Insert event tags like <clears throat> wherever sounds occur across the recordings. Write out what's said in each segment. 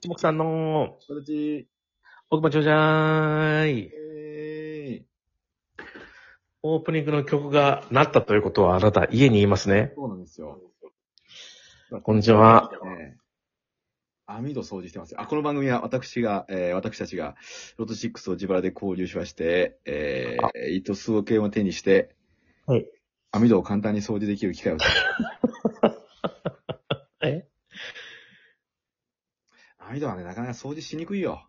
スボクさんの、こんにち奥歯ちょうじゃーは。い。えオープニングの曲がなったということはあなた家に言いますねー、。そうなんですよ。こんにちは。えー、網戸掃除してますよ。あ、この番組は私が、えー、私たちが、ロト6を自腹で購入しまして、えー、糸数億円を手にして、はい。網戸を簡単に掃除できる機会を、え網戸はね、なかなか掃除しにくいよ。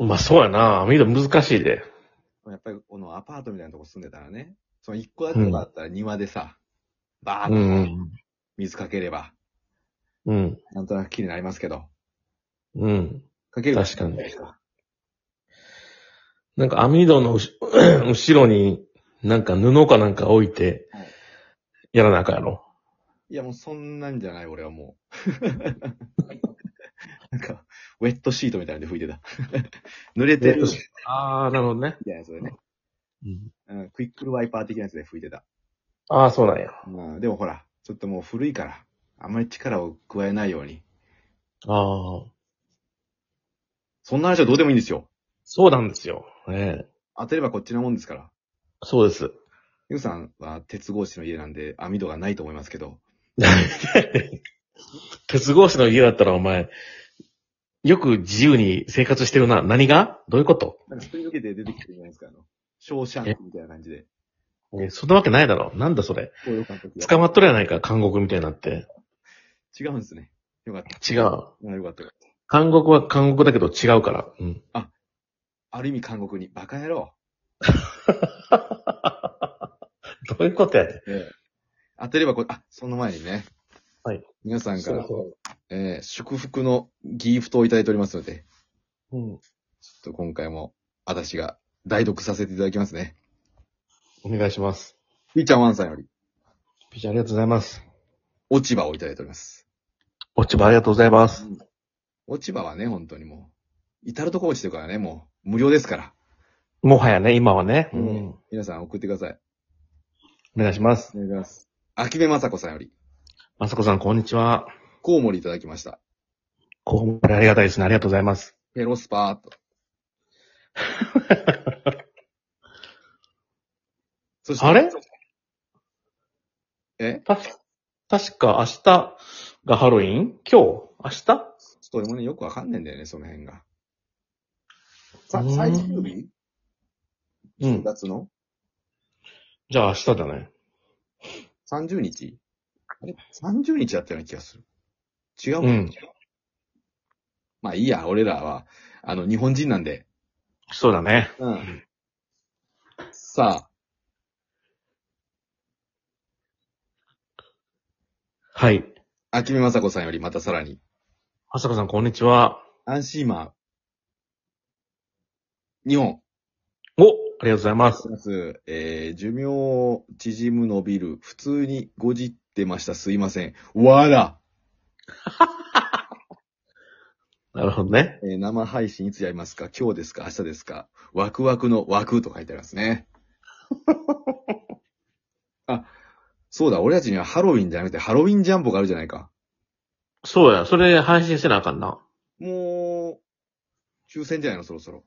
まあそうやな。網戸難しいで。やっぱり、このアパートみたいなとこ住んでたらね、その一個だけとかだったら庭でさ、バうーッとん。水かければ、うん。なんとなく気になりますけど、うん。かける確かになんか網戸のうし後 <clears throat> ろに、なんか布かなんか置いてはい、やらなあかんやろ。いや、もうそんなんじゃない、俺はも <laughs> う。なんか、ウェットシートみたいなんで拭いてた。 <laughs> 濡れてる。みああ、なるほどね。たいなやつでね、うん、うん。クイックルワイパー的なやつで拭いてた。ああ、そうなんや。うん、でもほら、ちょっともう古いから、あんまり力を加えないように。ああ。そんな話はどうでもいいんですよ。そうなんですよ。ねえ。当てればこっちなもんですから。そうです。ゆうさんは鉄格子の家なんで網戸がないと思いますけど。鉄格子の家だったらお前、よく自由に生活してるな。何がどういうことなんか、一人抜けて出てきてるじゃないですか、あの、ショーシャンクみたいな感じで。えそんなわけないだろ。なんだそれ。こうよかったですよ捕まっとるやないか、監獄みたいになって。違うんですね。よかった。違う。うんよかったよかっ監獄は監獄だけど違うから。うん。た。ある意味韓国に。バカ野郎。どういうことやねんええ当てればこ、あ、その前にね。はい。皆さんから、そええ祝福のギフトをいただいておりますので、ううん。ちょっと今回も、私が代読させていただきますね。お願いします。ピーちゃんワンさんより、ピーちゃんありがとうございます。落ち葉をいただいております。落ち葉ありがとうございます。落ち葉はね、本当にもう、至るとこ落ちてるからね、もう、無料ですから。もはやね、今はね。う。うんんお皆さん送ってください。願いします。お願いします。秋部雅子さんより、まさこさん、こんにちは。コウモリいただきました。こうもありがたいですね。ありがとうございます。ペロスパーっ <laughs> と。そしてあれえた、確か明日がハロウィン今日明日ちょっと俺もね、よくわかんねえんだよね、その辺が。うさ、ーん最終日う ?2 ん。月のじゃあ明日だね。 30日あれ ?30 日だったような気がする。違ううかん。まあいいや、俺らは、あの、日本人なんで。そうだね。うん。さあ、はい。秋見雅子さんよりまたさらに、まさこさん、こんにちは。アンシーマー、日本、おありがとうございます。ます。えー、寿命縮む伸びる。普通にごじってました。すいません。わら。なるほどね。えー生配信いつやりますか今日ですか明日ですかワクワクのワクと書いてありますね。あ、そうだ、俺たちにはハロウィンじゃなくてハロウィンジャンボがあるじゃないか。そうや、それ配信せなあかんな。もう、抽選じゃないのそろそろ。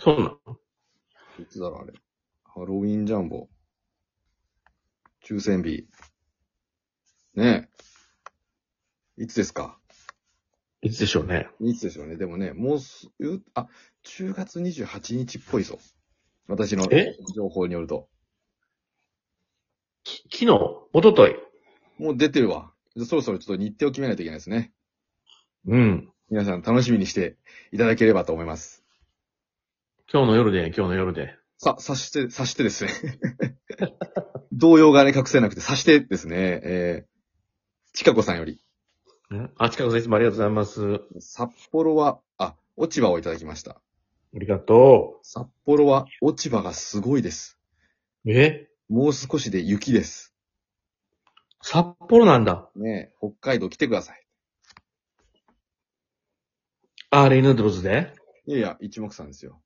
そうなのいつだろうあれ。ハロウィンジャンボ。抽選日。ねえ。いつですかいつでしょうね。いつでしょうね。でもね、もうす、うあ、10月28日っぽいぞ。私のえ情報によると。き昨日一昨日もう出てるわ。じゃあそろそろちょっと日程を決めないといけないですね。うん。皆さん楽しみにしていただければと思います。今日の夜で、今日の夜で。さ、さして、察してですね。動揺がね、隠せなくて、さしてですね。えー、ちかこさんより、ねあ、近くさんいつもありがとうございます。あ札幌は、あ、落ち葉をいただきました。りがと札幌は落ち葉がすごいです。う。えもう少しで雪です。札幌なんだ。ねえ、北海道来てください。あレイヌードルズで。いやいや、一目散ですよ。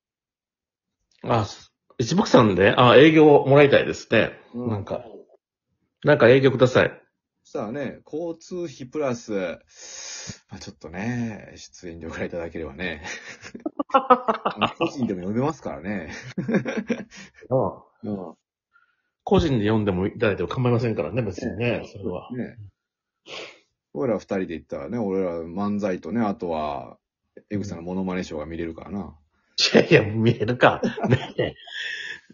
あ、す一目散であ、営業をもらいたいですね。なんか、なんか営業ください。したらね、交通費プラス、まあちょっとね、出演料からいただければ <laughs> ね。個人でも呼べますからね。ああうん。個人で読んでもいただいても構いませんからね、別にね、それは。ね。俺ら二人で行ったらね、俺ら漫才とね、あとは、エグさんのモノマネショーが見れるからな。いやいや、見えるか。ねえ。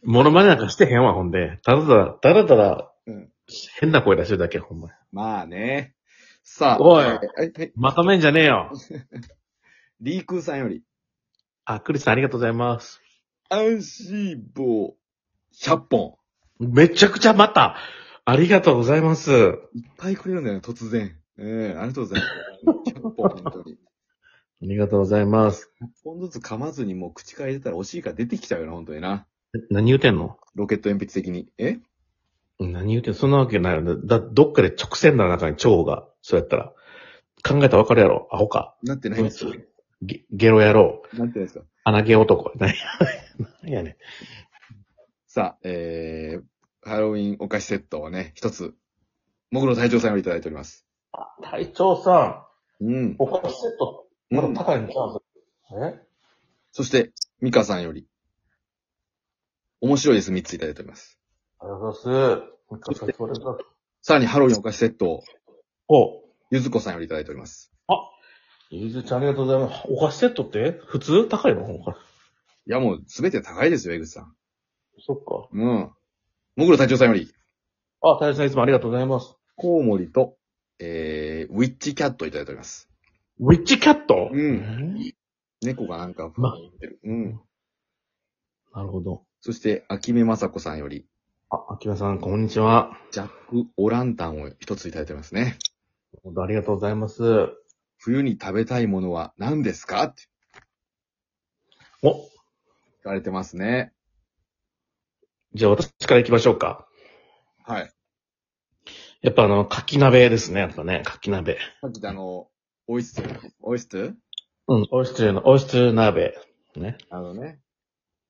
モノマネなんかしてへんわ、ほんで。ただただ、ただただうん、変な声出してるだけ、ほんま。まあね。さあ、おいえーはいはい、まとめんじゃねえよ。リークーさんより、あ、クリスさんありがとうございます。安心棒100本。めちゃくちゃまた、ありがとうございます。いっぱいくれるんだよね、突然。ええありがとうございます。100本、本当に。ありがとうございます。 1本ずつ噛まずにもう口から入れたら惜しいから出てきちゃうよな、本当にな。え何言うてんのロケット鉛筆的に。え何言うてんのそんなわけないよね。だ、どっかで直線の中に蝶が、そうやったら。考えたらわかるやろ。アホか。なってないんですよ。ゲゲロ野郎。なってないですか。穴毛男。何や何やねん。さあ、えー、ハロウィンお菓子セットをね、一つ、僕の隊長さんよりいただいております。隊長さうんん、。お菓子セット、うん、高いのちゃうんえそして、ミカさんより、面白いです、三ついただいております。ありがとうございます。さらに、ハロウィンお菓子セットを、お、ゆずこさんよりいただいております。ゆずちゃんありがとうございます。お菓子セットって普通高いのお菓子いや、もう、すべて高いですよ、江口さん。そっうん。もぐろ隊長さんより、か。あ、隊長さんいつもありがとうございます。コウモリと、えー、ウィッチキャットいただいております。ウィッチキャットうんん。猫がなんか、ま見てる。うん。なるほど。そして、秋目雅子さんより、あ、秋葉さん、こんにちは。ジャック・オランタンを一ついただいておりますね。本当ありがとうございます。冬に食べたいものは何ですかってお、聞かれてますね。じゃあ私から行きましょうか。はい。やっぱあの、柿鍋ですね、やっぱね、柿鍋。さっきあの、オイストゥオイストゥうん、オイストゥーの、オイストゥー鍋。ね。あのね。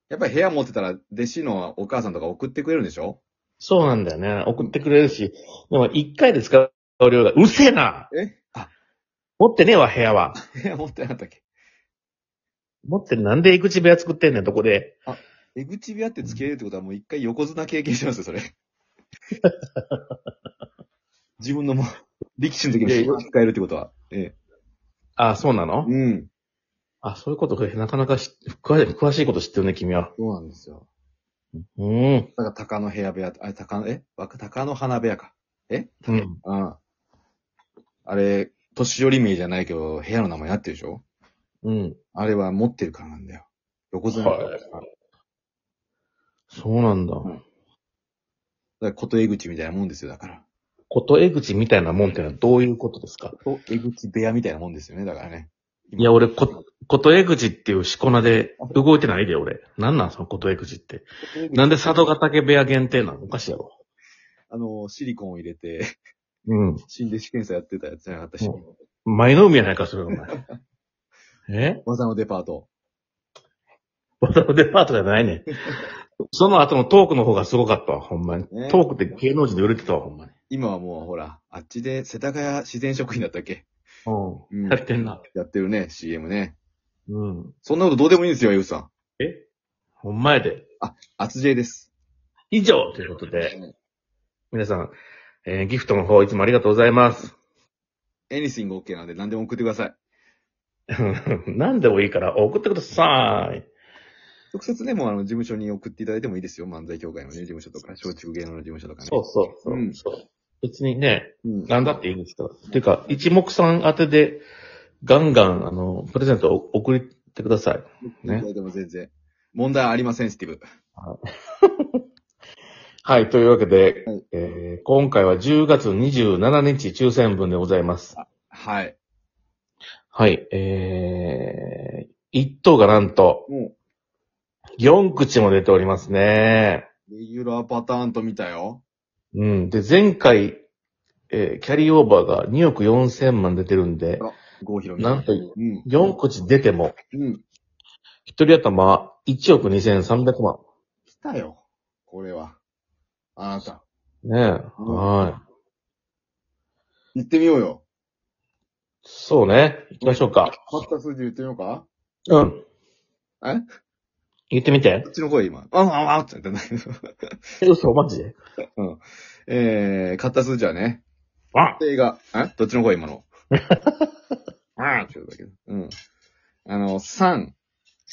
やっぱり部屋持ってたら、弟子のお母さんとか送ってくれるんでしょそうなんだよね。送ってくれるし、でも一回で使う量が、うるせえなえあ、持ってねえわ、部屋は。部屋持ってなかったっけ持ってなんで江口部屋作ってんねん、どこで。江口部屋って付き合えるってことはもう一回横綱経験してますよ、そ <laughs> れ。自分のもう、力士の時に使えるってことは。ええ。あ、そうなのうん。あ、そういうこと、なかなかし詳し詳しいこと知ってるね、君は。そうなんですよ。うん。だから、鷹の部屋部屋、あれ、鷹の、えわか鷹の花部屋か。うん。うん。あれ、年寄り名じゃないけど、部屋の名前になってるでしょうん。あれは持ってるからなんだよ。横綱。はいだかそうなんだ。んら、こと江口みたいなもんですよ、だから。こと江口みたいなもんってのはどういうことですかと江口部屋みたいなもんですよね、だからね。いや、俺、こ、こと江口っていうしこ名で動いてないで、俺。なんなん、そのこと江口って。なんで佐渡ヶ嶽部屋限定なのおかしいやろ。あの、シリコンを入れて、うん。心理子検査やってたやつじゃなかったし、うん前の海やないか、それ、お <laughs> 前。え技のデパート。わざとデパートじゃないねん。その後のトークの方がすごかったわ、ほんまに。ねトークって芸能人で売れてたわ、ほんまに。今はもう、ほら、あっちで世田谷自然食品だったっけううんん。やってんな。やってるね、CM ね。うん。そんなことどうでもいいんですよ、江口さん。ほんまやで。厚 J です。以上ということで、皆さん、えーギフトの方いつもありがとうございます。 <laughs> エニシング OK なんで何でも送ってください。何でもいいから送ってください。直接ね、もうあの、事務所に送っていただいてもいいですよ。漫才協会のね、事務所とか、松竹芸能の事務所とかね。そうそうそう、うんそう。別にね、うん。なんだっていいんですから。ていうか、一目散当てで、ガンガン、あの、プレゼントを送ってください。ねいやでも全然。問題ありません、スティブ。はい、というわけで、はいえー今回は10月27日抽選分でございます。はい。はい、えー、1等がなんと、も4口も出ておりますね。う、レギュラーパターンと見たよ。うん。で、前回、えーキャリーオーバーが2億4千万出てるんで、郷ひろみ。なんとうん。 4口出ても、うん。一人頭1億2300万。来たよ。これは。あなた。ねえ。うんは行ってみようよ。そうね。行きましょうか。バッタ数字言ってみようかうん。え言ってみてこ。っちの声今。あんあんあんってなってんだけど。え嘘、マジで <laughs> えー、買った数字はね、あ映画、えどっちの声今の。 <laughs> あんって言うんだけど。うん。あの、3、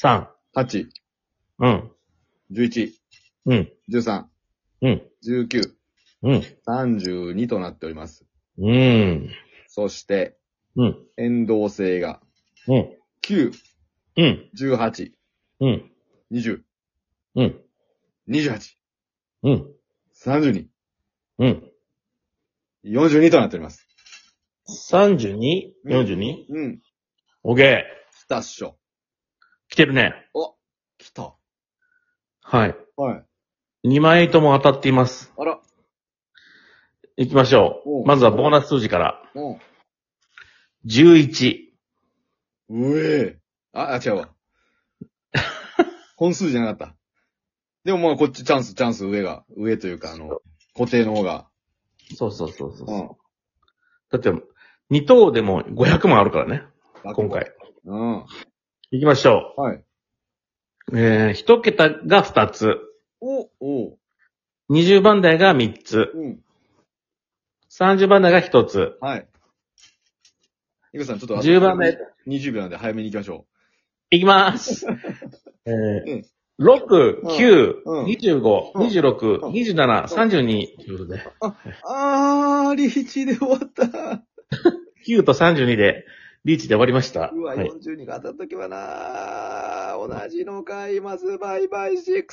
!3。 8、うん。 11、うん。 13、うん。 19、うん。 32となっております。うん。そして、うん。変動性がうん。 9、うん。 18、うん。 20、うん。 28、うん。 32、うん。 42となっております。 32?42? うん。オッケ来たっしょ。ー。来てるね。来た。はい。はい。 2枚とも当たっています。あら。行きましょおうう。まずはボーナス数字から。も11。う。うえあ、あ、違 <laughs> うわ。本数じゃなかった。でもまあこっちチャンス、チャンス上が、上というかあの、固定の方が。そうそうそうそう。うんだって、2等でも500万あるからね。今。回。うん。行きましょはい。う。えー、1桁が2つ。おお20番台が3つ。うん。 30番台が1つ。はい。いくさん、ちょっと10番台。 20秒なんで早めに行きましょい <laughs> きます。えうんー、6、うん9、25、うん26うん、 27、32ということで。う。あー、リーチで終わった。 9と32で、リーチで終わりました。うわ、はい42が当たった時はなー、同じの買います、バイバイ6。